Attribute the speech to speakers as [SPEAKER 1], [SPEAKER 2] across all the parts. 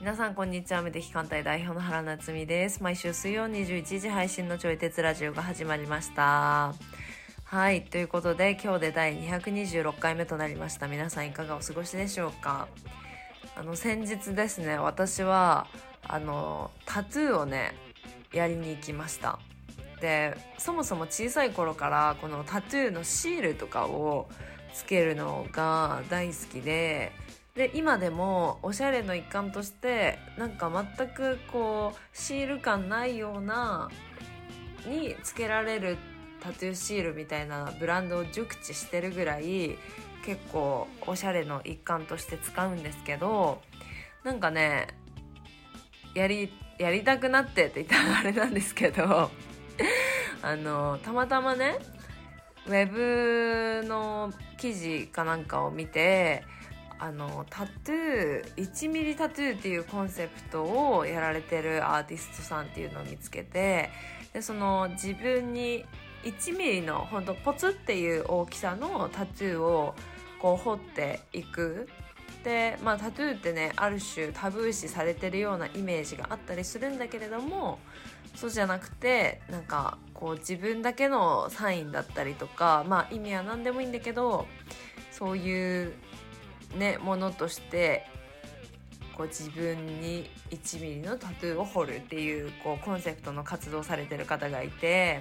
[SPEAKER 1] 皆さんこんにちは無敵艦隊代表の原夏実です毎週水曜21時配信のちょい鉄ラジオが始まりましたはいということで今日で第226回目となりました皆さんいかがお過ごしでしょうかあの先日ですね私はあのタトゥーをねやりに行きましたでそもそも小さい頃からこのタトゥーのシールとかをつけるのが大好きでで今でもおしゃれの一環としてなんか全くこうシール感ないようなにつけられるタトゥーシールみたいなブランドを熟知してるぐらい結構おしゃれの一環として使うんですけどなんかねやりやりたくなってって言ったらあれなんですけど あのたまたまねウェブの記事かなんかを見てあのタトゥー1ミリタトゥーっていうコンセプトをやられてるアーティストさんっていうのを見つけてでその自分に1ミリのほんとポツっていう大きさのタトゥーをこう彫っていくでまあタトゥーってねある種タブー視されてるようなイメージがあったりするんだけれどもそうじゃなくてなんかこう自分だけのサインだったりとかまあ意味は何でもいいんだけどそういうね、ものとしてこう自分に1ミリのタトゥーを彫るっていうこうコンセプトの活動されてる方がいて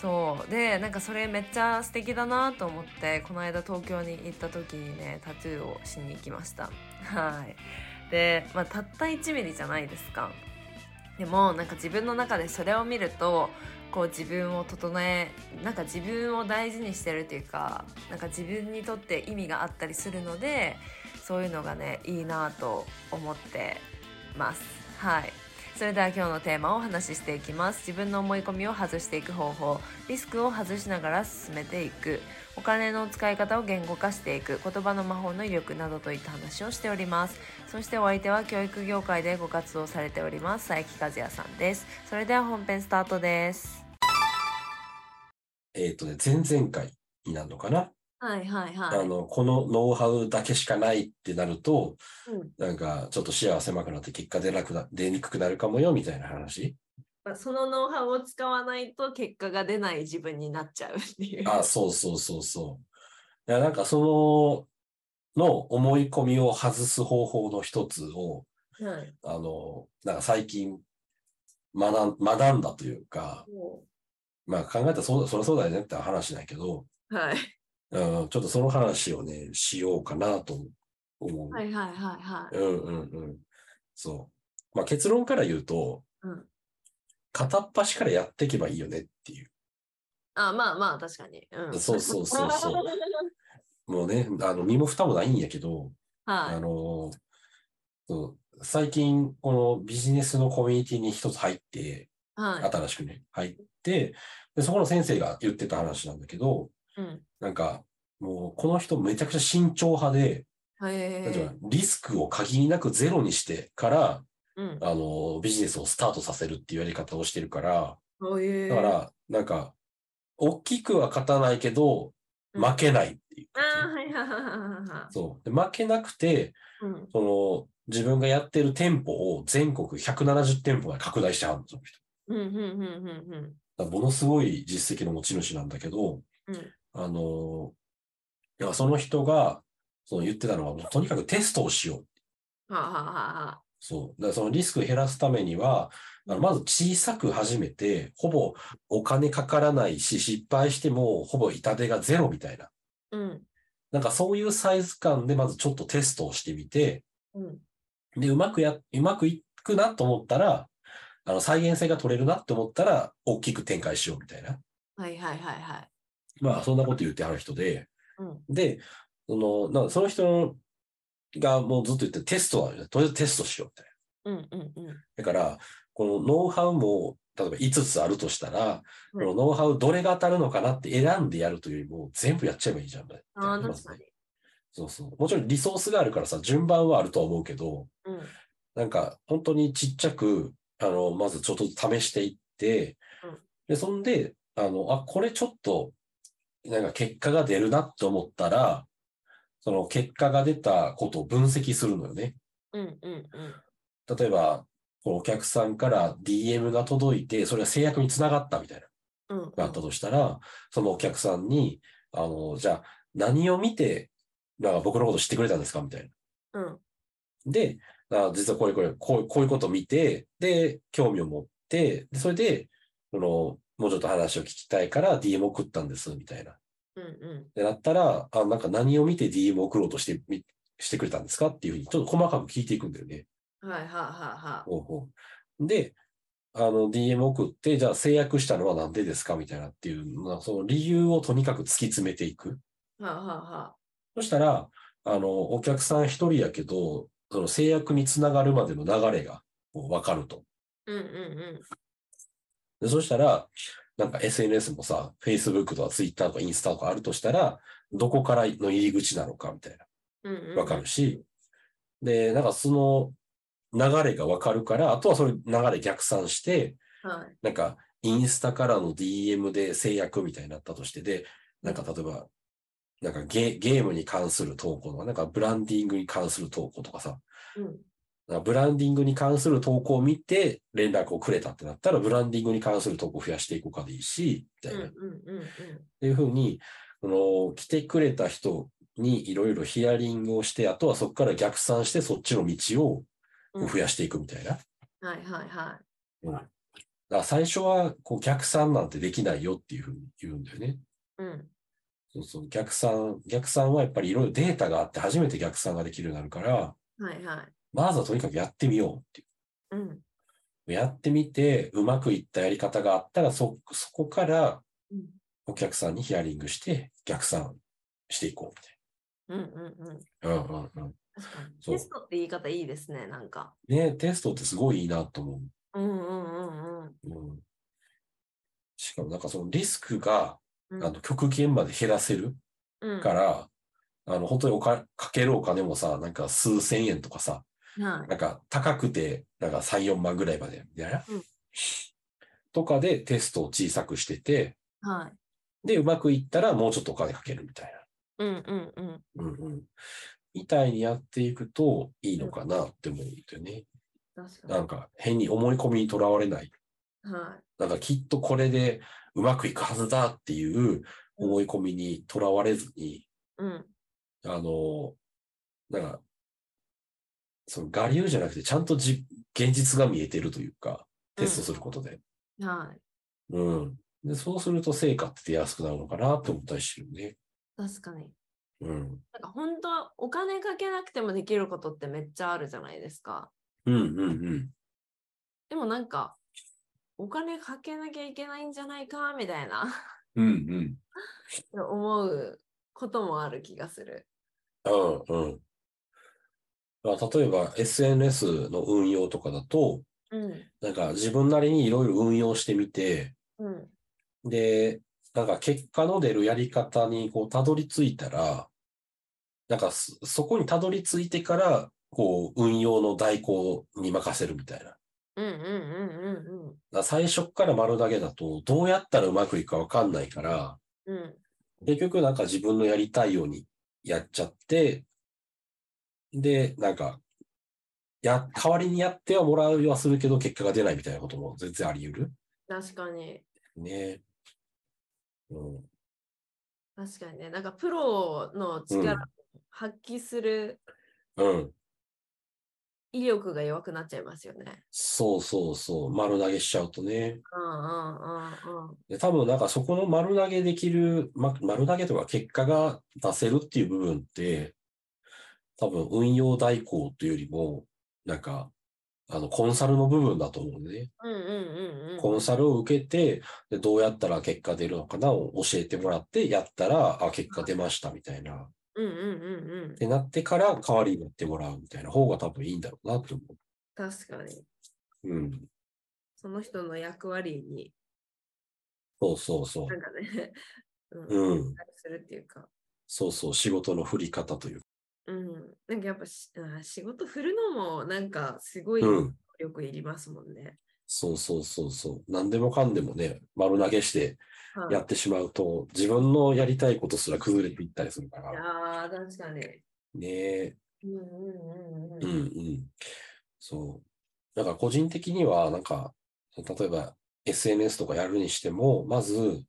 [SPEAKER 1] そうでなんかそれめっちゃ素敵だなと思ってこの間東京に行った時にねタトゥーをしに行きました はいで、まあ、たった1ミリじゃないですかでもなんか自分の中でそれを見るとこう自分を整えなんか自分を大事にしてるというかなんか自分にとって意味があったりするのでそういうのがねいいなと思ってますはいそれでは今日のテーマをお話ししていきます自分の思い込みを外していく方法リスクを外しながら進めていくお金の使い方を言語化していく言葉の魔法の威力などといった話をしておりますそしてお相手は教育業界でご活動されております佐伯和也さんですそれでは本編スタートです
[SPEAKER 2] えっ、とね、前々回になるのかな、
[SPEAKER 1] はいはいは
[SPEAKER 2] あの、このノウハウだけしかないってなると、なんかちょっと視野が狭くなって結果出なくな、出にくくなるかもよみたいな話。
[SPEAKER 1] そのノウハウを使わないと結果が出ない自分になっちゃうっていう
[SPEAKER 2] あ、そうそうそうそう。いやなんかその、の思い込みを外す方法の一つを、
[SPEAKER 1] はい
[SPEAKER 2] あの、なんか最近学ん学んだというか、まあ考えたらそうだ、そりゃそうだよねって話なんやけど、
[SPEAKER 1] はい
[SPEAKER 2] うん、ちょっとその話をね、しようかなと思う。
[SPEAKER 1] はいはいはいは
[SPEAKER 2] うんうんうん。そう。まあ、結論から言うと、
[SPEAKER 1] うん
[SPEAKER 2] 片っ端からやっていけばいいよねっていう。
[SPEAKER 1] あまあまあ確かに、うん、
[SPEAKER 2] そうそうそ うそうもうね、あの、身も蓋もないんやけど、あ
[SPEAKER 1] は
[SPEAKER 2] の、そう最近、このビジネスのコミュニティに一つ入って、
[SPEAKER 1] いはい
[SPEAKER 2] 新しくね、入って、で、そこの先生が言ってた話なんだけど、
[SPEAKER 1] うん
[SPEAKER 2] なんか、もう、この人めちゃくちゃ慎重派で、なんていう
[SPEAKER 1] へ
[SPEAKER 2] かなリスクを限りなくゼロにしてから、
[SPEAKER 1] えうん
[SPEAKER 2] あの、ビジネスをスタートさせるっていうやり方をしてるから、
[SPEAKER 1] そういう
[SPEAKER 2] だから、なんか、大きくは勝たないけど、
[SPEAKER 1] うん
[SPEAKER 2] 負けないっていう
[SPEAKER 1] あ
[SPEAKER 2] 感じ、
[SPEAKER 1] ーはいはいはいはいは
[SPEAKER 2] そう。で負けなくて、
[SPEAKER 1] いうん
[SPEAKER 2] その、自分がやってる店舗を全国170店舗まで拡大してはるのその人。
[SPEAKER 1] うんうんうんうんうん
[SPEAKER 2] だからものすごい実績の持ち主なんだけど、
[SPEAKER 1] うん
[SPEAKER 2] あの、いやその人が、その言ってたのは、もうとにかくテストをしよう。
[SPEAKER 1] はあはあはあ
[SPEAKER 2] そう。だからそのリスクを減らすためには、あのまず小さく始めて、ほぼお金かからないし、失敗してもほぼ痛手がゼロみたいな。
[SPEAKER 1] うん
[SPEAKER 2] なんかそういうサイズ感でまずちょっとテストをしてみて、
[SPEAKER 1] うん
[SPEAKER 2] で、うまくや、うまくいくなと思ったら、あの、再現性が取れるなって思ったら、大きく展開しようみたいな。
[SPEAKER 1] はいはいはいはい
[SPEAKER 2] まあ、そんなこと言ってはる人で、
[SPEAKER 1] うん
[SPEAKER 2] で、その、なんかその人がもうずっと言ってるテストは、とりあえずテストしようみたいな。
[SPEAKER 1] うんうんうん
[SPEAKER 2] だから、このノウハウも、例えば5つあるとしたら、
[SPEAKER 1] うん
[SPEAKER 2] このノウハウどれが当たるのかなって選んでやるというよりも、全部やっちゃえばいいじゃん。みたいな
[SPEAKER 1] ああ
[SPEAKER 2] ま
[SPEAKER 1] 確
[SPEAKER 2] ず
[SPEAKER 1] か
[SPEAKER 2] ね
[SPEAKER 1] に
[SPEAKER 2] そうそう。もちろんリソースがあるからさ、順番はあるとは思うけど、
[SPEAKER 1] うん
[SPEAKER 2] なんか本当にちっちゃく、あの、まずちょっとずつ試していって、で、そんで、あの、あ、これちょっと、なんか結果が出るなって思ったら、その結果が出たことを分析するのよね。
[SPEAKER 1] うんうんうん。
[SPEAKER 2] 例えば、こうお客さんから DM が届いて、それが制約につながったみたいな。
[SPEAKER 1] うんうん、
[SPEAKER 2] があったとしたら、そのお客さんに、あの、じゃあ、何を見て、なんか僕のこと知ってくれたんですかみたいな。
[SPEAKER 1] うん
[SPEAKER 2] で、あ実はこれこれ、こうこういうことを見て、で、興味を持って、でそれで、その、もうちょっと話を聞きたいから DM 送ったんです、みたいな。
[SPEAKER 1] うんうん
[SPEAKER 2] で、なったら、あ、なんか何を見て DM 送ろうとしてみ、してくれたんですかっていうふうに、ちょっと細かく聞いていくんだよね。
[SPEAKER 1] うん。はいはいは
[SPEAKER 2] ほうほうで、あの、DM 送って、じゃあ制約したのはなんでですかみたいなっていう、まあその理由をとにかく突き詰めていく。
[SPEAKER 1] いはい。はいは
[SPEAKER 2] そしたら、あの、お客さん一人やけど、その制約につながるまでの流れがこうわかると。
[SPEAKER 1] いはい。うんうんうん。
[SPEAKER 2] でそしたら、なんか SNS もさ、Facebook とか Twitter とかインスタとかあるとしたら、どこからの入り口なのかみたいな。
[SPEAKER 1] うんうん、
[SPEAKER 2] わかるし、で、なんかその流れがわかるから、あとはそれ流れ逆算して、
[SPEAKER 1] はい。
[SPEAKER 2] なんか、インスタからの DM で制約みたいになったとしてで、なんか例えば、なんかゲゲームに関する投稿とか、なんかブランディングに関する投稿とかさ、
[SPEAKER 1] うん
[SPEAKER 2] なんかブランディングに関する投稿を見て連絡をくれたってなったら、ブランディングに関する投稿を増やしていこうかでいいし、み
[SPEAKER 1] う
[SPEAKER 2] た
[SPEAKER 1] ん
[SPEAKER 2] いな。
[SPEAKER 1] う
[SPEAKER 2] っ
[SPEAKER 1] んうんうん。
[SPEAKER 2] ていうふうに、その、来てくれた人にいろいろヒアリングをして、あとはそこから逆算してそっちの道を
[SPEAKER 1] うん
[SPEAKER 2] 増やしていくみたいな。
[SPEAKER 1] はいはいは
[SPEAKER 2] だから最初はこう逆算なんてできないよっていうふうに言うんだよね。
[SPEAKER 1] い。うん。
[SPEAKER 2] そうそう、逆算、逆算はやっぱりいろいろデータがあって初めて逆算ができるようになるから、
[SPEAKER 1] はいはい。
[SPEAKER 2] まずはとにかくやってみようってい
[SPEAKER 1] うん。
[SPEAKER 2] う。やってみて、うまくいったやり方があったら、そ、そこから
[SPEAKER 1] うん
[SPEAKER 2] お客さんにヒアリングして、逆算していこうみ
[SPEAKER 1] うんうんうん。
[SPEAKER 2] たいな。うんうんうん。
[SPEAKER 1] 確かに。
[SPEAKER 2] そう
[SPEAKER 1] テストって言い方いいですね、なんか。
[SPEAKER 2] ねテストってすごいいいなと思
[SPEAKER 1] うんうんうんうん。
[SPEAKER 2] う。うん。しかもなんかそのリスクが、
[SPEAKER 1] うん
[SPEAKER 2] あの、極限まで減らせる
[SPEAKER 1] うん
[SPEAKER 2] から、あの、本当におか、かけるお金もさ、なんか数千円とかさ、
[SPEAKER 1] はい。
[SPEAKER 2] なんか高くて、なんか3、4万ぐらいまで、みたいな。
[SPEAKER 1] うん
[SPEAKER 2] とかでテストを小さくしてて、
[SPEAKER 1] はい。
[SPEAKER 2] で、うまくいったらもうちょっとお金かけるみたい
[SPEAKER 1] うんうんうん。
[SPEAKER 2] な。うんうん。みたいにやっていくといいのかなって思うんだよね。
[SPEAKER 1] 確か
[SPEAKER 2] なんか変に思い込みにとらわれない。
[SPEAKER 1] に。は
[SPEAKER 2] なんかきっとこれでうまくいくはずだっていう思い込みにとらわれずに、
[SPEAKER 1] い。うん。
[SPEAKER 2] あの、なんか、その我流じゃなくてちゃんとじ現実が見えてるというか、テストすることで。
[SPEAKER 1] はい。
[SPEAKER 2] うん。で、そうすると成果って出やすくなるのかなって思ったりしてるね。
[SPEAKER 1] 確かに。
[SPEAKER 2] うん。
[SPEAKER 1] なんか本当はお金かけなくてもできることってめっちゃあるじゃないですか。
[SPEAKER 2] うんうん
[SPEAKER 1] でもなんか、お金かけなきゃいけないんじゃないかみたいな
[SPEAKER 2] うん。うんうん。
[SPEAKER 1] 思うこともある気がする。
[SPEAKER 2] うんうん。まあ、例えば SNS の運用とかだと、
[SPEAKER 1] うん。
[SPEAKER 2] なんか自分なりにいろいろ運用してみて、
[SPEAKER 1] うん。
[SPEAKER 2] で、なんか結果の出るやり方にこうたどり着いたら、なんかそそこにたどり着いてから、こう運用の代行に任せるみたいな。
[SPEAKER 1] うんうんうんうん
[SPEAKER 2] だから最初っから丸投げだと、どうやったらうまくいくかわかんないから、
[SPEAKER 1] うん。うん。
[SPEAKER 2] 結局なんか自分のやりたいようにやっちゃって、で、なんか、や、代わりにやってはもらうはするけど、結果が出ないみたいなことも全然あり得る。
[SPEAKER 1] 確かに。
[SPEAKER 2] ねうん。
[SPEAKER 1] 確かにね。なんかプロの力を発揮する
[SPEAKER 2] うん。
[SPEAKER 1] 威力が弱くなっちゃいますよね。
[SPEAKER 2] そうそうそう。丸投げしちゃうとね。
[SPEAKER 1] うんうんうんうん。
[SPEAKER 2] で多分なんかそこの丸投げできる、ま、丸投げとか結果が出せるっていう部分って、多分運用代行というよりも、なんか、あの、コンサルの部分だと思うんでね。
[SPEAKER 1] うんうんうんうん。
[SPEAKER 2] コンサルを受けて、でどうやったら結果出るのかなを教えてもらって、やったら、あ、結果出ましたみたいな。
[SPEAKER 1] う
[SPEAKER 2] っ
[SPEAKER 1] んうんうんうん。
[SPEAKER 2] てなってから代わりにやってもらうみたいな方が多分いいんだろうなと思
[SPEAKER 1] 確かに。
[SPEAKER 2] う。うん。
[SPEAKER 1] その人の役割に、
[SPEAKER 2] そうそうそう。
[SPEAKER 1] なんかね、 うん、
[SPEAKER 2] うん。
[SPEAKER 1] するっていうか。
[SPEAKER 2] そうそう。仕事の振り方というか。
[SPEAKER 1] うん、なんかやっぱしあー仕事振るのもなんかすごい
[SPEAKER 2] うん
[SPEAKER 1] 能力いりますもんね。
[SPEAKER 2] そうそうそうそう。何でもかんでもね、丸投げして
[SPEAKER 1] はい
[SPEAKER 2] やってしまうと、自分のやりたいことすら崩れていったりするから。ね
[SPEAKER 1] ああ、確かに。
[SPEAKER 2] え。
[SPEAKER 1] うんうんうん
[SPEAKER 2] うんう
[SPEAKER 1] うん。
[SPEAKER 2] ん。そう。なんか個人的には、なんか、例えば SNS とかやるにしても、まず、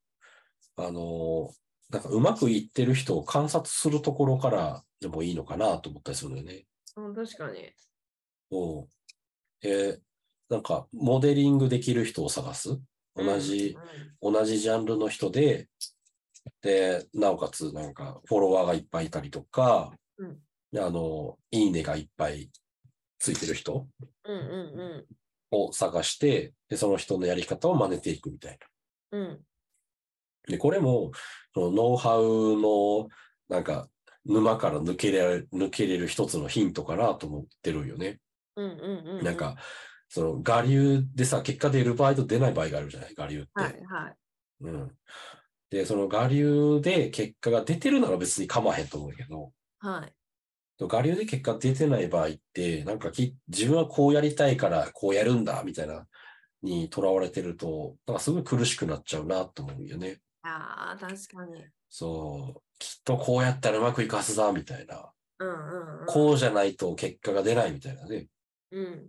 [SPEAKER 2] あの、なんかうまくいってる人を観察するところからでもいいのかなと思ったりするのよね。
[SPEAKER 1] うん、確かに。
[SPEAKER 2] おえーなんか、モデリングできる人を探す。同じ、同じジャンルの人で、で、なおかつ、なんか、フォロワーがいっぱいいたりとか、
[SPEAKER 1] うん
[SPEAKER 2] であの、いいねがいっぱいついてる人
[SPEAKER 1] うんうんう
[SPEAKER 2] を探して、で、その人のやり方を真似ていくみたい
[SPEAKER 1] んうん。うん。
[SPEAKER 2] な。で、これも、そのノウハウの、なんか、沼から抜けれる、抜けれる一つのヒントかなと思ってるよね。
[SPEAKER 1] うんうんうんうん。
[SPEAKER 2] なんか、その、我流でさ、結果出る場合と出ない場合があるじゃない、我流って。
[SPEAKER 1] はいはい。
[SPEAKER 2] うん。で、その我流で結果が出てるなら別に構わへんと思うけど、
[SPEAKER 1] はい。
[SPEAKER 2] でも我流で結果出てない場合って、なんかき自分はこうやりたいからこうやるんだ、みたいな、にとらわれてると、なんかすごい苦しくなっちゃうなと思うよね。
[SPEAKER 1] ああ、確かに。
[SPEAKER 2] そう、きっとこうやったらうまくいくはずだ、みたいな。
[SPEAKER 1] うんうんうん。
[SPEAKER 2] こうじゃないと結果が出ないみたいなね。
[SPEAKER 1] うん。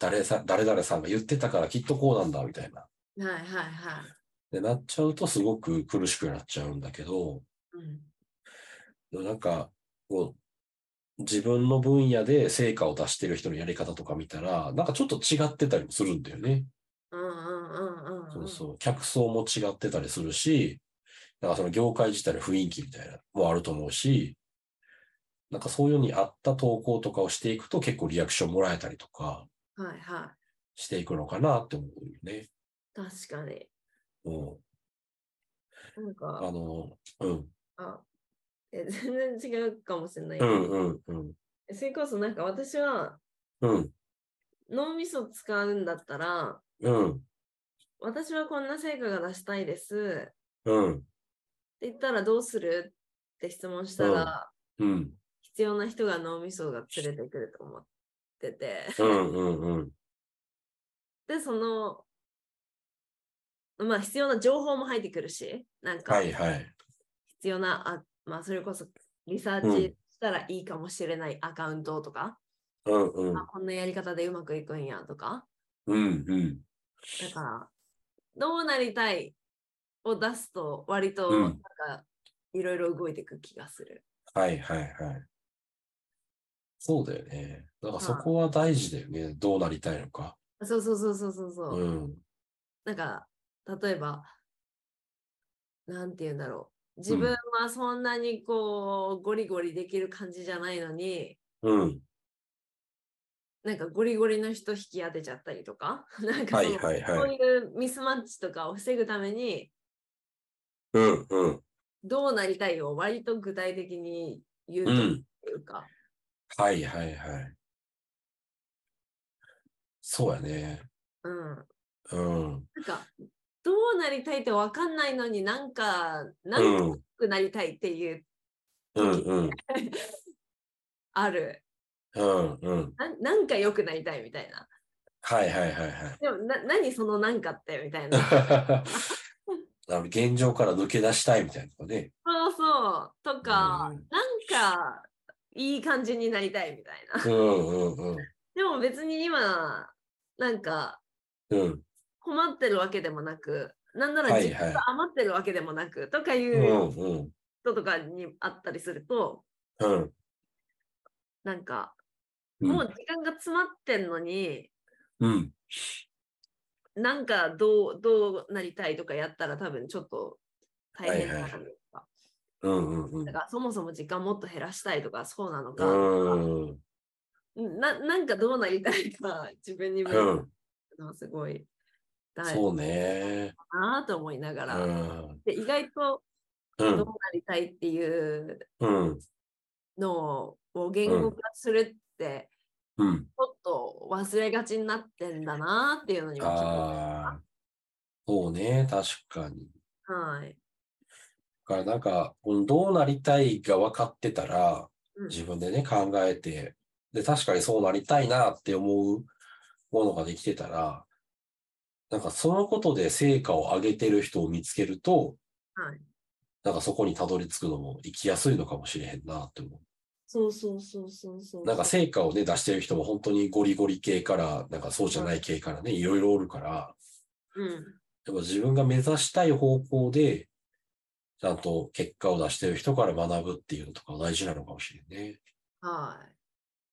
[SPEAKER 2] 誰さ、誰々さんが言ってたからきっとこうなんだ、みたいな。
[SPEAKER 1] はいはいはい。
[SPEAKER 2] で、なっちゃうとすごく苦しくなっちゃうんだけど、
[SPEAKER 1] うん。
[SPEAKER 2] でもなんか、こう、自分の分野で成果を出してる人のやり方とか見たら、なんかちょっと違ってたりもするんだよね。
[SPEAKER 1] うんうんうんうん。
[SPEAKER 2] そうそう。客層も違ってたりするし、なんかその業界自体の雰囲気みたいなのもあると思うし、なんかそういうのに合った投稿とかをしていくと結構リアクションもらえたりとか
[SPEAKER 1] う。はいはい。
[SPEAKER 2] していくのかなって思うよね。
[SPEAKER 1] 確かに。
[SPEAKER 2] うん。
[SPEAKER 1] なん
[SPEAKER 2] あ
[SPEAKER 1] か、
[SPEAKER 2] の、うん。
[SPEAKER 1] あえ全然違うかもしれない。
[SPEAKER 2] うんうんうん。
[SPEAKER 1] それこそなんか私は
[SPEAKER 2] うん。
[SPEAKER 1] 脳みそ使うんだったら、
[SPEAKER 2] うん。
[SPEAKER 1] 私はこんな成果が出したいです。
[SPEAKER 2] うん。
[SPEAKER 1] って言ったらどうするって質問したら、
[SPEAKER 2] うん。
[SPEAKER 1] 必要な人が脳みそが連れてくると思ってて、
[SPEAKER 2] うんうんうん。
[SPEAKER 1] で、その、まあ必要な情報も入ってくるし、なんか
[SPEAKER 2] はいはい。
[SPEAKER 1] 必要な、あまあそれこそリサーチしたらいいかもしれないアカウントとか、
[SPEAKER 2] うんうん
[SPEAKER 1] あ。こんなやり方でうまくいくんやとか、
[SPEAKER 2] うんうん。
[SPEAKER 1] だから、どうなりたいを出すと割と
[SPEAKER 2] うん
[SPEAKER 1] なんかいろいろ動いていく気がする。
[SPEAKER 2] はいはいはい。そうだよね。だからそこは大事だよね。どうなりたいのか。
[SPEAKER 1] そうそうそうそうそうそう。
[SPEAKER 2] うん。
[SPEAKER 1] なんか、例えば、なんて言うんだろう。自分はそんなにこう、ゴリゴリできる感じじゃないのに、
[SPEAKER 2] うん。
[SPEAKER 1] なんかゴリゴリの人引き当てちゃったりとか、 なんか
[SPEAKER 2] は
[SPEAKER 1] そ
[SPEAKER 2] い
[SPEAKER 1] の
[SPEAKER 2] はい
[SPEAKER 1] そ
[SPEAKER 2] は
[SPEAKER 1] う
[SPEAKER 2] い。
[SPEAKER 1] いうミスマッチとかを防ぐために、
[SPEAKER 2] うんうん。
[SPEAKER 1] どうなりたいを割と具体的に言うと
[SPEAKER 2] う
[SPEAKER 1] い
[SPEAKER 2] ん。
[SPEAKER 1] うか、
[SPEAKER 2] はいはいはい。そうやね。
[SPEAKER 1] うん。
[SPEAKER 2] うん。
[SPEAKER 1] なんか、どうなりたいってわかんないのになんか、な
[SPEAKER 2] うん。
[SPEAKER 1] となんくなりたいっていう、
[SPEAKER 2] うんうん。
[SPEAKER 1] ある。
[SPEAKER 2] うんうん。
[SPEAKER 1] なんなんか良くなりたいみたいな。
[SPEAKER 2] はいはいはい
[SPEAKER 1] でもな何そのなんかってみた いな。
[SPEAKER 2] はい。あの現状から抜け出したいみたいなのね。
[SPEAKER 1] そうそう。とか、
[SPEAKER 2] うん
[SPEAKER 1] なんかいい感じになりたいみたいな。
[SPEAKER 2] うんうんうん。
[SPEAKER 1] でも別に今、なんか
[SPEAKER 2] うん。
[SPEAKER 1] 困ってるわけでもなく、なんなら
[SPEAKER 2] は
[SPEAKER 1] 自
[SPEAKER 2] い
[SPEAKER 1] 分
[SPEAKER 2] はい。
[SPEAKER 1] が余ってるわけでもなく、とかいううん
[SPEAKER 2] うん。
[SPEAKER 1] 人とかにあったりすると、
[SPEAKER 2] うん。
[SPEAKER 1] なんか
[SPEAKER 2] う。
[SPEAKER 1] もうん時間が詰まってんのに、
[SPEAKER 2] うん。
[SPEAKER 1] なんかどう、どうなりたいとかやったら多分ちょっと大変なのか。
[SPEAKER 2] うんうんうん
[SPEAKER 1] だからそもそも時間もっと減らしたいとかそうなのか、
[SPEAKER 2] うん。
[SPEAKER 1] ななんかどうなりたいか自分に向いて
[SPEAKER 2] う
[SPEAKER 1] る
[SPEAKER 2] ん。
[SPEAKER 1] のはすごい大
[SPEAKER 2] そ
[SPEAKER 1] 事
[SPEAKER 2] うね。
[SPEAKER 1] だなと思いなが
[SPEAKER 2] う
[SPEAKER 1] ら、
[SPEAKER 2] ん。
[SPEAKER 1] で意外と
[SPEAKER 2] う
[SPEAKER 1] どうんな。りたいっていう
[SPEAKER 2] うん。
[SPEAKER 1] のを言語化するって
[SPEAKER 2] うん。
[SPEAKER 1] ちょっと忘れがちになってんだなっていうのにも気づい
[SPEAKER 2] ああ。そうね。確かに。
[SPEAKER 1] たはい、
[SPEAKER 2] だからなんか、うんどうなりたいが分かってたら、
[SPEAKER 1] うん
[SPEAKER 2] 自分でね、考えて、で、確かにそうなりたいなって思うものができてたら、なんかそのことで成果を上げてる人を見つけると、
[SPEAKER 1] はい
[SPEAKER 2] なんかそこにたどり着くのも行きやすいのかもしれへんなって思
[SPEAKER 1] そうそうそうそうそう。
[SPEAKER 2] う。なんか成果をね、出してる人も本当にゴリゴリ系から、なんかそうじゃない系からね、いろいろおるから、
[SPEAKER 1] うん。
[SPEAKER 2] やっぱ自分が目指したい方向で、ちゃんと結果を出してる人から学ぶっていうのとか大事なのかもしれんね。
[SPEAKER 1] はい。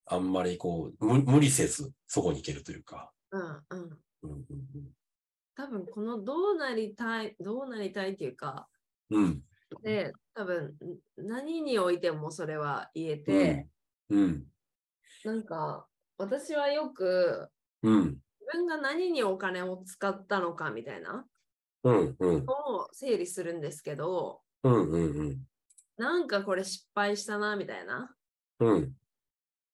[SPEAKER 2] あんまりこう、無無理せず、そこに行けるというか。
[SPEAKER 1] うんうん。
[SPEAKER 2] うんうん
[SPEAKER 1] 多分このどうなりたい、どうなりたいっていうか、
[SPEAKER 2] うん。うん。
[SPEAKER 1] で、多分ん何においてもそれは言え
[SPEAKER 2] うん
[SPEAKER 1] て、
[SPEAKER 2] うん。
[SPEAKER 1] なんか私はよく
[SPEAKER 2] うん。
[SPEAKER 1] 自分が何にお金を使ったのかみたいな
[SPEAKER 2] うん。うん。
[SPEAKER 1] のを整理するんですけど、
[SPEAKER 2] うん。うん。うん。
[SPEAKER 1] なんかこれ失敗したなみたいな、
[SPEAKER 2] うん。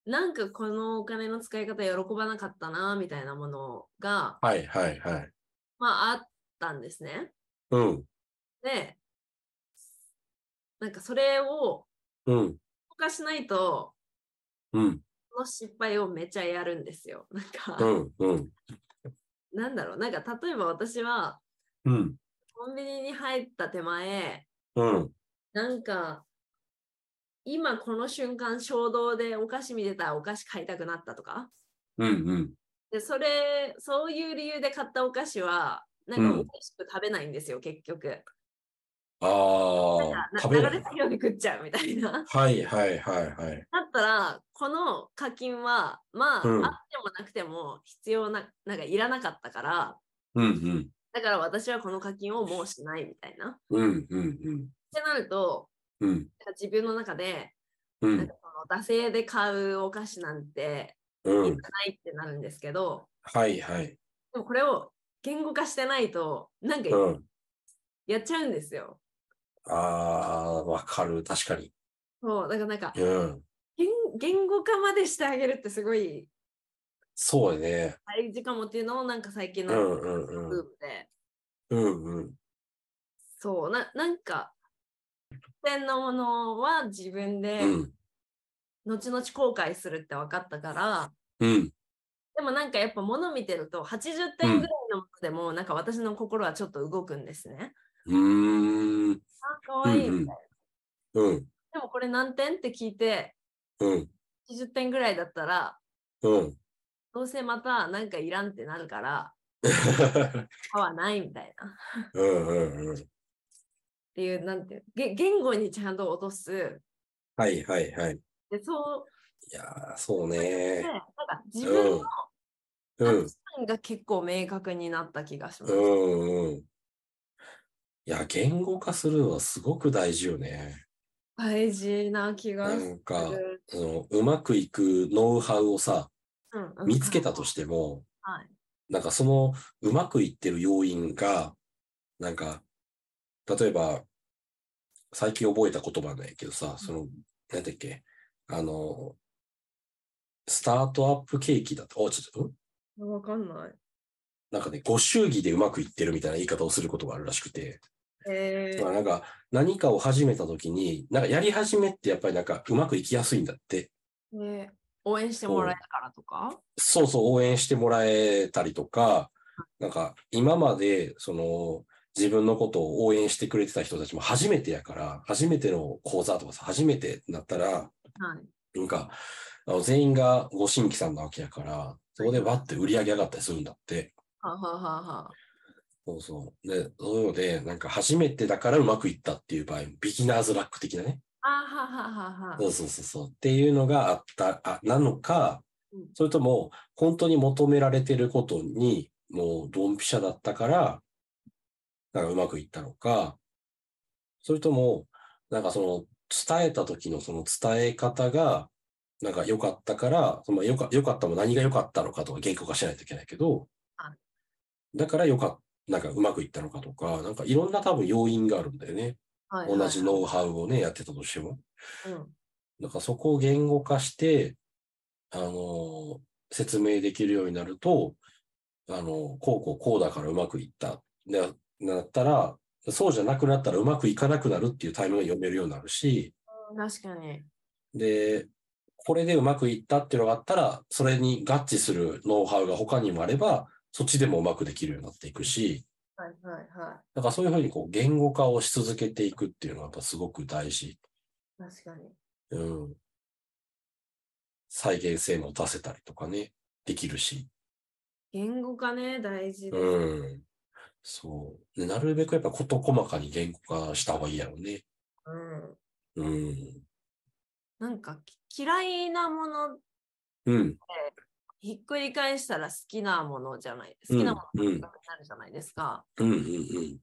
[SPEAKER 1] なんかこのお金の使い方喜ばなかったなみたいなものが、
[SPEAKER 2] はいはいはい。
[SPEAKER 1] まああったんですね。
[SPEAKER 2] うん。
[SPEAKER 1] で、なんかそれを
[SPEAKER 2] うん。
[SPEAKER 1] 消化しないと、
[SPEAKER 2] うん。
[SPEAKER 1] その失敗をめちゃやるんですよ。 なんか、
[SPEAKER 2] うん。うん。
[SPEAKER 1] なんだろう、なんか例えば私は
[SPEAKER 2] うん。
[SPEAKER 1] コンビニに入った手前、
[SPEAKER 2] うん。
[SPEAKER 1] なんか、今この瞬間衝動でお菓子見てたらお菓子買いたくなったとか、
[SPEAKER 2] うん。うん。
[SPEAKER 1] で、それ、そういう理由で買ったお菓子は、なんか美
[SPEAKER 2] うん
[SPEAKER 1] 味しく食べないんですよ、結局。
[SPEAKER 2] ああ、
[SPEAKER 1] な
[SPEAKER 2] 食
[SPEAKER 1] 流
[SPEAKER 2] べな
[SPEAKER 1] れ
[SPEAKER 2] い。
[SPEAKER 1] 作業で食っちゃうみたいな。
[SPEAKER 2] はいはいはいはい。
[SPEAKER 1] だったら、この課金は、まあ、
[SPEAKER 2] うん
[SPEAKER 1] あってもなくても必要な、なんかいらなかったから、
[SPEAKER 2] うん
[SPEAKER 1] だから私はこの課金をもうしないみたいな。っ
[SPEAKER 2] うん。うんうんうん。
[SPEAKER 1] てなると、
[SPEAKER 2] うん
[SPEAKER 1] 自分の中で、
[SPEAKER 2] う
[SPEAKER 1] なん
[SPEAKER 2] ん
[SPEAKER 1] かその惰性で買うお菓子なんて
[SPEAKER 2] うん。
[SPEAKER 1] ないってなるんですけど、
[SPEAKER 2] はいはい。
[SPEAKER 1] でもこれを言語化してないと、なんか
[SPEAKER 2] うん。
[SPEAKER 1] やっちゃうんですよ。
[SPEAKER 2] ああ、わかる。確かに。
[SPEAKER 1] そう、だからなんか
[SPEAKER 2] うん。
[SPEAKER 1] 言、言語化までしてあげるってすごい
[SPEAKER 2] そうやね。
[SPEAKER 1] 大事かもっていうのをなんか最近
[SPEAKER 2] う
[SPEAKER 1] の
[SPEAKER 2] んうん
[SPEAKER 1] ブー
[SPEAKER 2] うん。
[SPEAKER 1] ムで、
[SPEAKER 2] うんうん。
[SPEAKER 1] そう、ななんか、点のものは自分で
[SPEAKER 2] うん。
[SPEAKER 1] 後々後悔するって分かったから、
[SPEAKER 2] うん。
[SPEAKER 1] でもなんかやっぱ物見てると80点ぐらいのものでもなんか私の心はちょっと動くんですね。
[SPEAKER 2] うーん。
[SPEAKER 1] あかわいい、
[SPEAKER 2] うんうんうん。
[SPEAKER 1] でもこれ何点って聞いて
[SPEAKER 2] うん。
[SPEAKER 1] 80点ぐらいだったら
[SPEAKER 2] うん。
[SPEAKER 1] どうせまたなんかいらんってなるから買わないみたいな。っ
[SPEAKER 2] うんうんうん。
[SPEAKER 1] ていうなんていうげ言語にちゃんと落とす。
[SPEAKER 2] はいはいはい。い
[SPEAKER 1] でそう
[SPEAKER 2] やー、そう
[SPEAKER 1] で
[SPEAKER 2] ね
[SPEAKER 1] なん。か自分の
[SPEAKER 2] うん。うん
[SPEAKER 1] 価値。観が結構明確になった気がします。
[SPEAKER 2] うんうん。いや、言語化するのはすごく大事よね。
[SPEAKER 1] 大事な気が
[SPEAKER 2] な
[SPEAKER 1] す
[SPEAKER 2] んか、
[SPEAKER 1] る。
[SPEAKER 2] そのうまくいくノウハウをさ、
[SPEAKER 1] うんうん
[SPEAKER 2] 見つけたとしても、
[SPEAKER 1] はい
[SPEAKER 2] なんかそのうまくいってる要因が、なんか、例えば、最近覚えた言葉なんやけどさ、その、なんだっけ、あの、スタートアップケーキだと、お、ちょっと、ん
[SPEAKER 1] わかんない。
[SPEAKER 2] なんかね、ご祝儀でうまくいってるみたいな言い方をすることがあるらしくて、
[SPEAKER 1] え
[SPEAKER 2] だからなんか何かを始めた時に、なんかやり始めってやっぱりなんかうまくいきやすいんだって。
[SPEAKER 1] ー、で応援してもらえたからとか
[SPEAKER 2] そうそう応援してもらえたりとか、なんか今までその自分のことを応援してくれてた人たちも初めてやから、初めての講座とかさ、初めてなったら、
[SPEAKER 1] はい。
[SPEAKER 2] なんかあの全員がご新規さんなわけやから、そこでバッて売り上げ上がったりするんだって。
[SPEAKER 1] はあはあはあはあ。
[SPEAKER 2] そうそう。で、そういうので、なんか初めてだからうまくいったっていう場合、ビギナーズラック的なね。
[SPEAKER 1] あはあはあはあ
[SPEAKER 2] そうそうそうそう。っていうのがあった、あ、なのか
[SPEAKER 1] うん、
[SPEAKER 2] それとも、本当に求められてることに、もう、ドンピシャだったから、なんかうまくいったのか、それとも、なんかその、伝えた時のその伝え方が、なんか良かったから、その良か良かったも何が良かったのかとか言語化しないといけないけど
[SPEAKER 1] は、
[SPEAKER 2] だから良かった、なんかうまくいったのかとか、なんかいろんな多分要因があるんだよね。
[SPEAKER 1] はいはいはい。
[SPEAKER 2] 同じノウハウをね、やってたとしても。
[SPEAKER 1] うん。
[SPEAKER 2] なんかそこを言語化して、あの、説明できるようになると、あの、こうこうこうだからうまくいった。で、なったら、そうじゃなくなったらうまくいかなくなるっていうタイミングが読めるようになるし、
[SPEAKER 1] 確かに。
[SPEAKER 2] で、これでうまくいったっていうのがあったら、それに合致するノウハウが他にもあれば、そっちでもうまくできるようになっていくし、
[SPEAKER 1] はいはいは
[SPEAKER 2] なんかそういうふうにこう言語化をし続けていくっていうのはやっぱすごく大事。
[SPEAKER 1] い。確かに。
[SPEAKER 2] うん。再現性も出せたりとかね、できるし。
[SPEAKER 1] 言語化ね、大事です。
[SPEAKER 2] うん。そう。でなるべくやっぱ事細かに言語化した方がいいやろうね。
[SPEAKER 1] うん。
[SPEAKER 2] うん。
[SPEAKER 1] なんかき嫌いなもの、
[SPEAKER 2] うん。
[SPEAKER 1] ひっくり返したら好きなものじゃない。
[SPEAKER 2] う
[SPEAKER 1] 好
[SPEAKER 2] ん
[SPEAKER 1] きなもの
[SPEAKER 2] うん
[SPEAKER 1] になるじゃないですか。
[SPEAKER 2] うん。うん。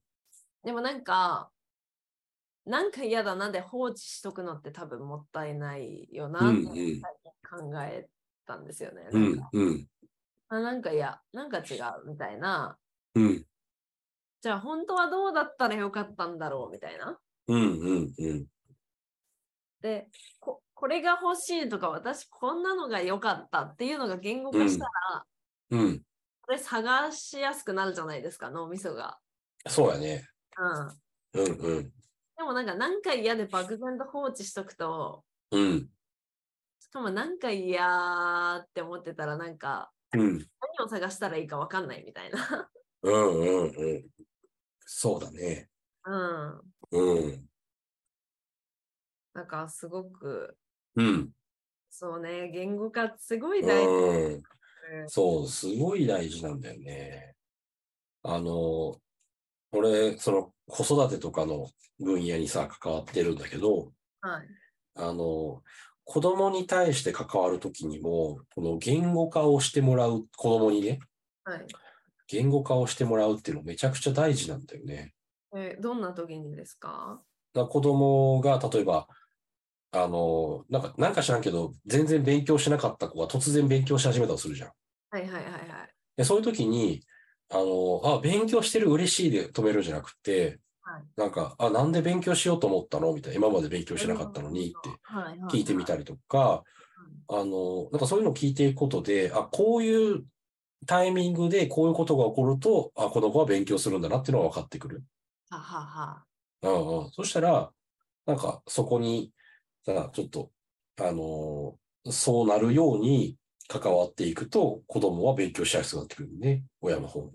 [SPEAKER 1] でもなんか、なんか嫌だなで放置しとくのって多分もったいないよな
[SPEAKER 2] う
[SPEAKER 1] って
[SPEAKER 2] ん
[SPEAKER 1] 最近考えたんですよね。
[SPEAKER 2] う
[SPEAKER 1] なん
[SPEAKER 2] ん
[SPEAKER 1] か。
[SPEAKER 2] うん。
[SPEAKER 1] あなんか嫌、なんか違うみたいな。
[SPEAKER 2] うん。
[SPEAKER 1] じゃあ本当はどうだったらよかったんだろうみたいな。
[SPEAKER 2] うん。うん。うん。
[SPEAKER 1] でこ、これが欲しいとか、私こんなのが良かったっていうのが言語化したら、
[SPEAKER 2] うん。
[SPEAKER 1] これ探しやすくなるじゃないですか、脳みそが。
[SPEAKER 2] そうやね。
[SPEAKER 1] うん。
[SPEAKER 2] うん。うん。
[SPEAKER 1] でもなんか何回嫌で漠然と放置しとくと、
[SPEAKER 2] うん。
[SPEAKER 1] しかも何回嫌って思ってたらなんか
[SPEAKER 2] うん。
[SPEAKER 1] 何を探したらいいか分かんないみたいな。
[SPEAKER 2] うん。うん。うん。そうだね。
[SPEAKER 1] うん。
[SPEAKER 2] うん。
[SPEAKER 1] なんかすごく、
[SPEAKER 2] うん。
[SPEAKER 1] そうね、言語化すごい大事。
[SPEAKER 2] うん。そう、すごい大事なんだよね。あの、俺、その子育てとかの分野にさ、関わってるんだけど、
[SPEAKER 1] はい。
[SPEAKER 2] あの、子供に対して関わるときにも、この言語化をしてもらう、子供にね、
[SPEAKER 1] はい。
[SPEAKER 2] 言語化をしてもらうっていうのめちゃくちゃ大事なんだよね。
[SPEAKER 1] えーどんな時にですか
[SPEAKER 2] だから子供が、例えば、あの、なんか、なんか知らんけど、全然勉強しなかった子が突然勉強し始めたとするじゃん。
[SPEAKER 1] はいはいはいはい。
[SPEAKER 2] で、そういう時に、あの、あ、勉強してる嬉しいで止めるんじゃなくて、
[SPEAKER 1] はい
[SPEAKER 2] なんか、あ、なんで勉強しようと思ったのみたいな、今まで勉強してなかったのにって
[SPEAKER 1] はいはいはい
[SPEAKER 2] 聞いてみたりとか、あの、なんかそういうのを聞いていくことで、あ、こういうタイミングでこういうことが起こると、あ、この子は勉強するんだなっていうのが分かってくる。
[SPEAKER 1] ははは。
[SPEAKER 2] うんうん。そしたら、なんかそこに、さ、ちょっと、あのそうなるように関わっていくと、子供は勉強しやすくなってくるね。親の方も。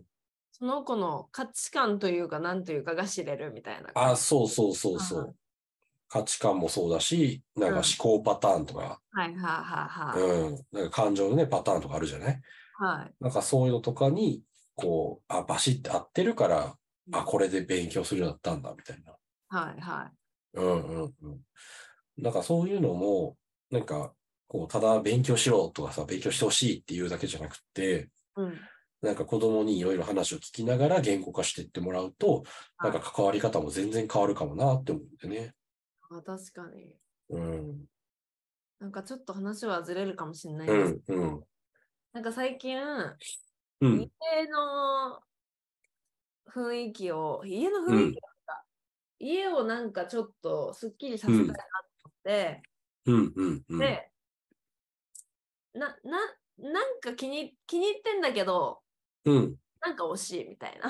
[SPEAKER 1] その子の価値観というか何というかが知れるみたいな。
[SPEAKER 2] あ、そうそうそうそ
[SPEAKER 1] うん
[SPEAKER 2] う。価値観もそうだし、なんか思考パターンとか、
[SPEAKER 1] はいはいはいはい。
[SPEAKER 2] うん、なんか感情のね、パターンとかあるじゃない
[SPEAKER 1] はい。
[SPEAKER 2] なんかそういうのとかに、こう、あ、バシって合ってるから、あ、これで勉強するようになったんだ、みたいな。
[SPEAKER 1] はいは
[SPEAKER 2] うんうんうん。なんかそういうのも、なんか、こう、ただ勉強しろとかさ、勉強してほしいっていうだけじゃなくて、
[SPEAKER 1] い。うん。
[SPEAKER 2] なんか子供にいろいろ話を聞きながら言語化していってもらうと、なんか
[SPEAKER 1] は
[SPEAKER 2] 関わり方も全然変わるかもなって思うんでね。
[SPEAKER 1] いあ確かに。
[SPEAKER 2] うん。
[SPEAKER 1] なんかちょっと話はずれるかもしれないで
[SPEAKER 2] う
[SPEAKER 1] す
[SPEAKER 2] んうん。
[SPEAKER 1] なんか最近、
[SPEAKER 2] うん。
[SPEAKER 1] 家の雰囲気を、家の雰囲気だった、家をなんかちょっとすっきりさせたいなと思って、
[SPEAKER 2] うんうんうん。
[SPEAKER 1] で、な、な、なんか気に気に入ってんだけど、
[SPEAKER 2] うん。
[SPEAKER 1] なんか惜しいみたいな。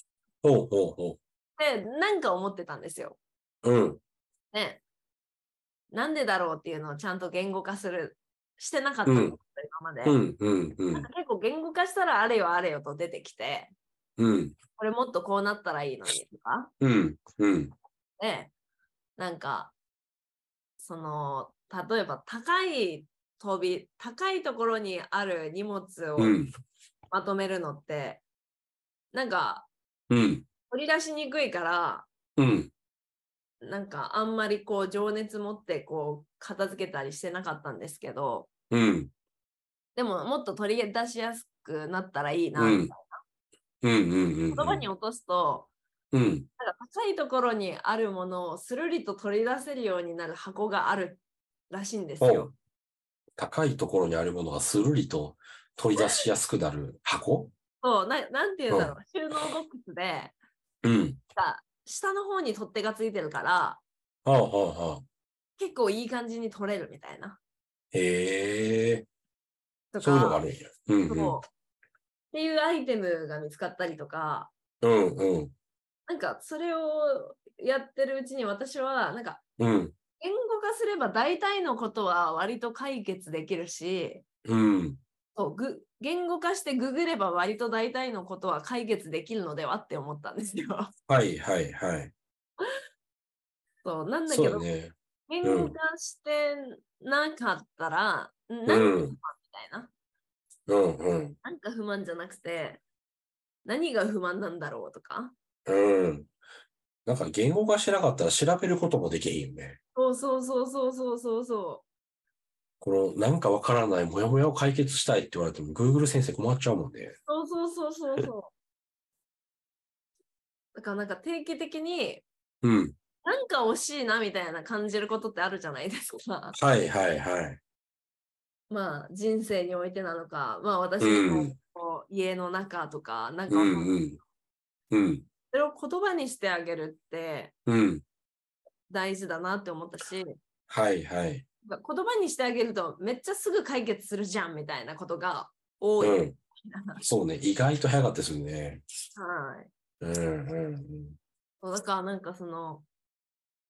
[SPEAKER 2] おうおうおう。
[SPEAKER 1] で、なんか思ってたんですよ。
[SPEAKER 2] うん。
[SPEAKER 1] ね。なんでだろうっていうのをちゃんと言語化する、してなかった
[SPEAKER 2] うん
[SPEAKER 1] の今まで。
[SPEAKER 2] うんうんう
[SPEAKER 1] なん
[SPEAKER 2] ん
[SPEAKER 1] か。結構言語化したらあれよあれよと出てきて、
[SPEAKER 2] うん。
[SPEAKER 1] これもっとこうなったらいいのにとか。
[SPEAKER 2] うん。うん。
[SPEAKER 1] で、なんか、その、例えば高い飛び、高いところにある荷物を
[SPEAKER 2] うん。
[SPEAKER 1] まとめるのって、なんか
[SPEAKER 2] うん。
[SPEAKER 1] 取り出しにくいから、
[SPEAKER 2] うん。
[SPEAKER 1] なんかあんまりこう情熱持ってこう片付けたりしてなかったんですけど、
[SPEAKER 2] うん。
[SPEAKER 1] でももっと取り出しやすくなったらいいな、
[SPEAKER 2] うん
[SPEAKER 1] みたい
[SPEAKER 2] うん。うん。
[SPEAKER 1] な言葉に落とすと、
[SPEAKER 2] うん。
[SPEAKER 1] なんか高いところにあるものをするりと取り出せるようになる箱があるらしいんです
[SPEAKER 2] お
[SPEAKER 1] よ
[SPEAKER 2] う。高いところにあるものがスルリと取り出しやすくなる箱
[SPEAKER 1] そうななんて言うんだろう、収納ボックスで
[SPEAKER 2] うん。
[SPEAKER 1] さ下の方に取っ手がついてるから
[SPEAKER 2] ああ、ああ、ああ。
[SPEAKER 1] 結構いい感じに取れるみたいな。
[SPEAKER 2] へえ。
[SPEAKER 1] とか
[SPEAKER 2] そういうのがあるんや。うんうん。
[SPEAKER 1] そうっていうアイテムが見つかったりとか
[SPEAKER 2] うんうん。
[SPEAKER 1] なんかそれをやってるうちに私はなんか
[SPEAKER 2] うん。
[SPEAKER 1] 言語化すれば大体のことは割と解決できるし
[SPEAKER 2] うん。
[SPEAKER 1] そうぐ言語化してググれば割と大体のことは解決できるのではって思ったんですよ。
[SPEAKER 2] はいはいはい。
[SPEAKER 1] そうなんだ
[SPEAKER 2] そ
[SPEAKER 1] け
[SPEAKER 2] うだ
[SPEAKER 1] ど、
[SPEAKER 2] ね。
[SPEAKER 1] 言語化してなかったら、何
[SPEAKER 2] う
[SPEAKER 1] か不
[SPEAKER 2] ん
[SPEAKER 1] 満みたいな。
[SPEAKER 2] うんうん。
[SPEAKER 1] なんか不満じゃなくて、何が不満なんだろうとか。
[SPEAKER 2] うん。なんか言語化してなかったら調べることもできへんよね。
[SPEAKER 1] そうそうそうそうそうそうそ
[SPEAKER 2] このなんかわからないモヤモヤを解決したいって言われても Google 先生困っちゃうもんね。
[SPEAKER 1] う。そうそうそうそうそう。 だからなんか定期的に、
[SPEAKER 2] うん。
[SPEAKER 1] なんか惜しいなみたいな感じることってあるじゃないですか。
[SPEAKER 2] はいはいはい。
[SPEAKER 1] まあ人生においてなのか、まあ私
[SPEAKER 2] う
[SPEAKER 1] の
[SPEAKER 2] ん
[SPEAKER 1] こう家の中とか、なんか
[SPEAKER 2] う
[SPEAKER 1] わかんな
[SPEAKER 2] ん
[SPEAKER 1] い
[SPEAKER 2] うん。うん。
[SPEAKER 1] それを言葉にしてあげるって
[SPEAKER 2] うん。
[SPEAKER 1] 大事だなって思ったし、
[SPEAKER 2] はいはい。
[SPEAKER 1] 言葉にしてあげるとめっちゃすぐ解決するじゃんみたいなことが多い。
[SPEAKER 2] うん。そうね。意外と早かったでするね。
[SPEAKER 1] はい。
[SPEAKER 2] うんうん
[SPEAKER 1] そうだからなんかその、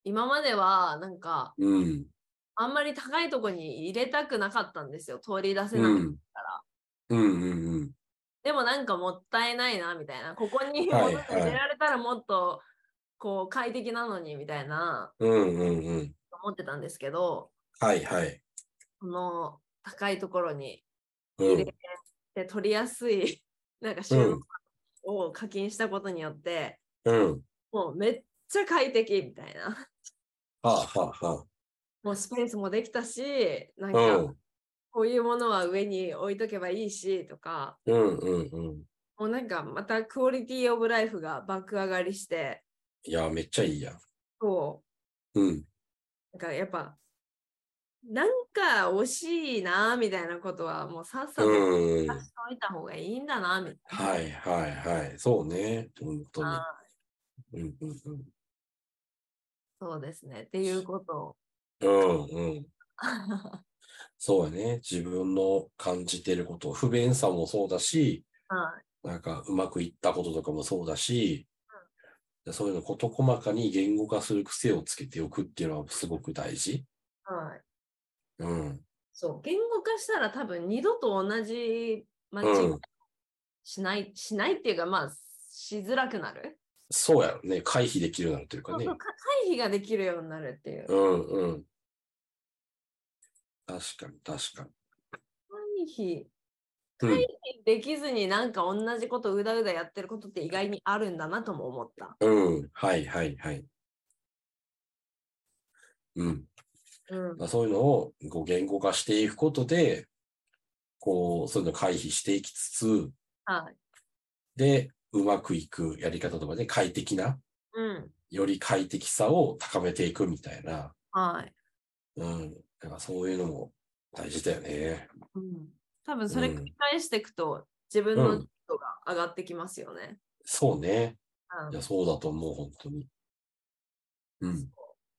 [SPEAKER 1] 今まではなんか
[SPEAKER 2] うん。うん。
[SPEAKER 1] あんまり高いとこに入れたくなかったんですよ。通り出せ
[SPEAKER 2] う
[SPEAKER 1] なくて。
[SPEAKER 2] ん。うんうん
[SPEAKER 1] でもなんかもったいないなみたいな。ここに
[SPEAKER 2] はい
[SPEAKER 1] 物
[SPEAKER 2] はい
[SPEAKER 1] に入れられたらもっとこう快適なのにみたいな
[SPEAKER 2] うん。うんうんうん。
[SPEAKER 1] 思ってたんですけど、
[SPEAKER 2] はいはい。
[SPEAKER 1] この高いところに
[SPEAKER 2] う
[SPEAKER 1] 入
[SPEAKER 2] ん
[SPEAKER 1] れ。て取りやすい なんか収
[SPEAKER 2] うん
[SPEAKER 1] 納を課金したことによって、
[SPEAKER 2] うん。
[SPEAKER 1] もうめっちゃ快適みたいな。
[SPEAKER 2] はあはあは
[SPEAKER 1] もうスペースもできたし、なん
[SPEAKER 2] あ。
[SPEAKER 1] か、
[SPEAKER 2] うん。
[SPEAKER 1] こういうものは上に置いとけばいいしとか、
[SPEAKER 2] うんうんうん。
[SPEAKER 1] もうなんかまたクオリティオブライフが爆上がりして、
[SPEAKER 2] いや、めっちゃいいやん。
[SPEAKER 1] こ
[SPEAKER 2] うん。
[SPEAKER 1] う、なんかやっぱ、なんか惜しいなみたいなことはもうさっさと出して
[SPEAKER 2] うん。は
[SPEAKER 1] おいた方がいいんだなみたいな。
[SPEAKER 2] いはいはい。そうね。本当に
[SPEAKER 1] は。
[SPEAKER 2] うんうんうん。
[SPEAKER 1] そうですね。っていうことを。
[SPEAKER 2] うんうん。そうやね。自分の感じてること、不便さもそうだし、
[SPEAKER 1] はい
[SPEAKER 2] なんかうまくいったこととかもそうだし、そういうの事細かに言語化する癖をつけておくっていうのはすごく大事。
[SPEAKER 1] はい。
[SPEAKER 2] うん。
[SPEAKER 1] そう、言語化したら多分二度と同じ間
[SPEAKER 2] う
[SPEAKER 1] 違い
[SPEAKER 2] ん。
[SPEAKER 1] しない、しないっていうかまあ、しづらくなる。
[SPEAKER 2] そうやろね。回避できるようになるというか
[SPEAKER 1] そう
[SPEAKER 2] ね
[SPEAKER 1] そ。うか回避ができるようになるっていう。
[SPEAKER 2] うんうん。確かに確かに。
[SPEAKER 1] 回避
[SPEAKER 2] うん
[SPEAKER 1] 回避できずになんか同じことうだうだやってることって意外にあるんだなとも思った。
[SPEAKER 2] うん。はいはいはい。うん。
[SPEAKER 1] うん。
[SPEAKER 2] まあ、そういうのをこう言語化していくことで、こう、そういうのを回避していきつつ、
[SPEAKER 1] はい。
[SPEAKER 2] で、うまくいくやり方とかで快適な、
[SPEAKER 1] うん。
[SPEAKER 2] より快適さを高めていくみたいな、
[SPEAKER 1] はい。
[SPEAKER 2] うん。なんかそういうのも大事だよね。
[SPEAKER 1] うん、多分それ
[SPEAKER 2] うん
[SPEAKER 1] 繰り返していくと、自分の自度が上がってきますよね。
[SPEAKER 2] そうね。
[SPEAKER 1] うん
[SPEAKER 2] いや、そうだと思う、本当に。うん。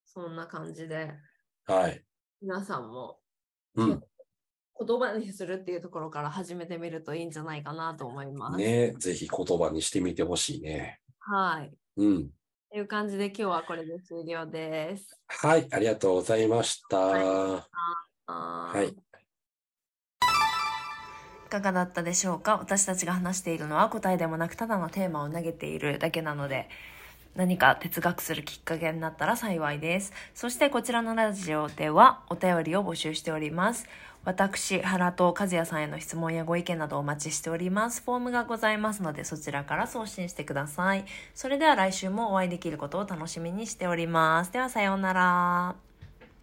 [SPEAKER 1] そんな感じで、
[SPEAKER 2] はい。
[SPEAKER 1] 皆さんも
[SPEAKER 2] うん。
[SPEAKER 1] 言葉にするっていうところから始めてみるといいんじゃないかなと思います。
[SPEAKER 2] ねぜひ言葉にしてみてほしいね。
[SPEAKER 1] はい。っ
[SPEAKER 2] うん。
[SPEAKER 1] ていう感じで今日はこれで終了です。
[SPEAKER 2] はい、ありがとうございました。は。
[SPEAKER 1] はいいかがだったでしょうか私たちが話しているのは答えでもなくただのテーマを投げているだけなので何か哲学するきっかけになったら幸いですそしてこちらのラジオではお便りを募集しております私原と和也さんへの質問やご意見などお待ちしておりますフォームがございますのでそちらから送信してくださいそれでは来週もお会いできることを楽しみにしておりますではさようなら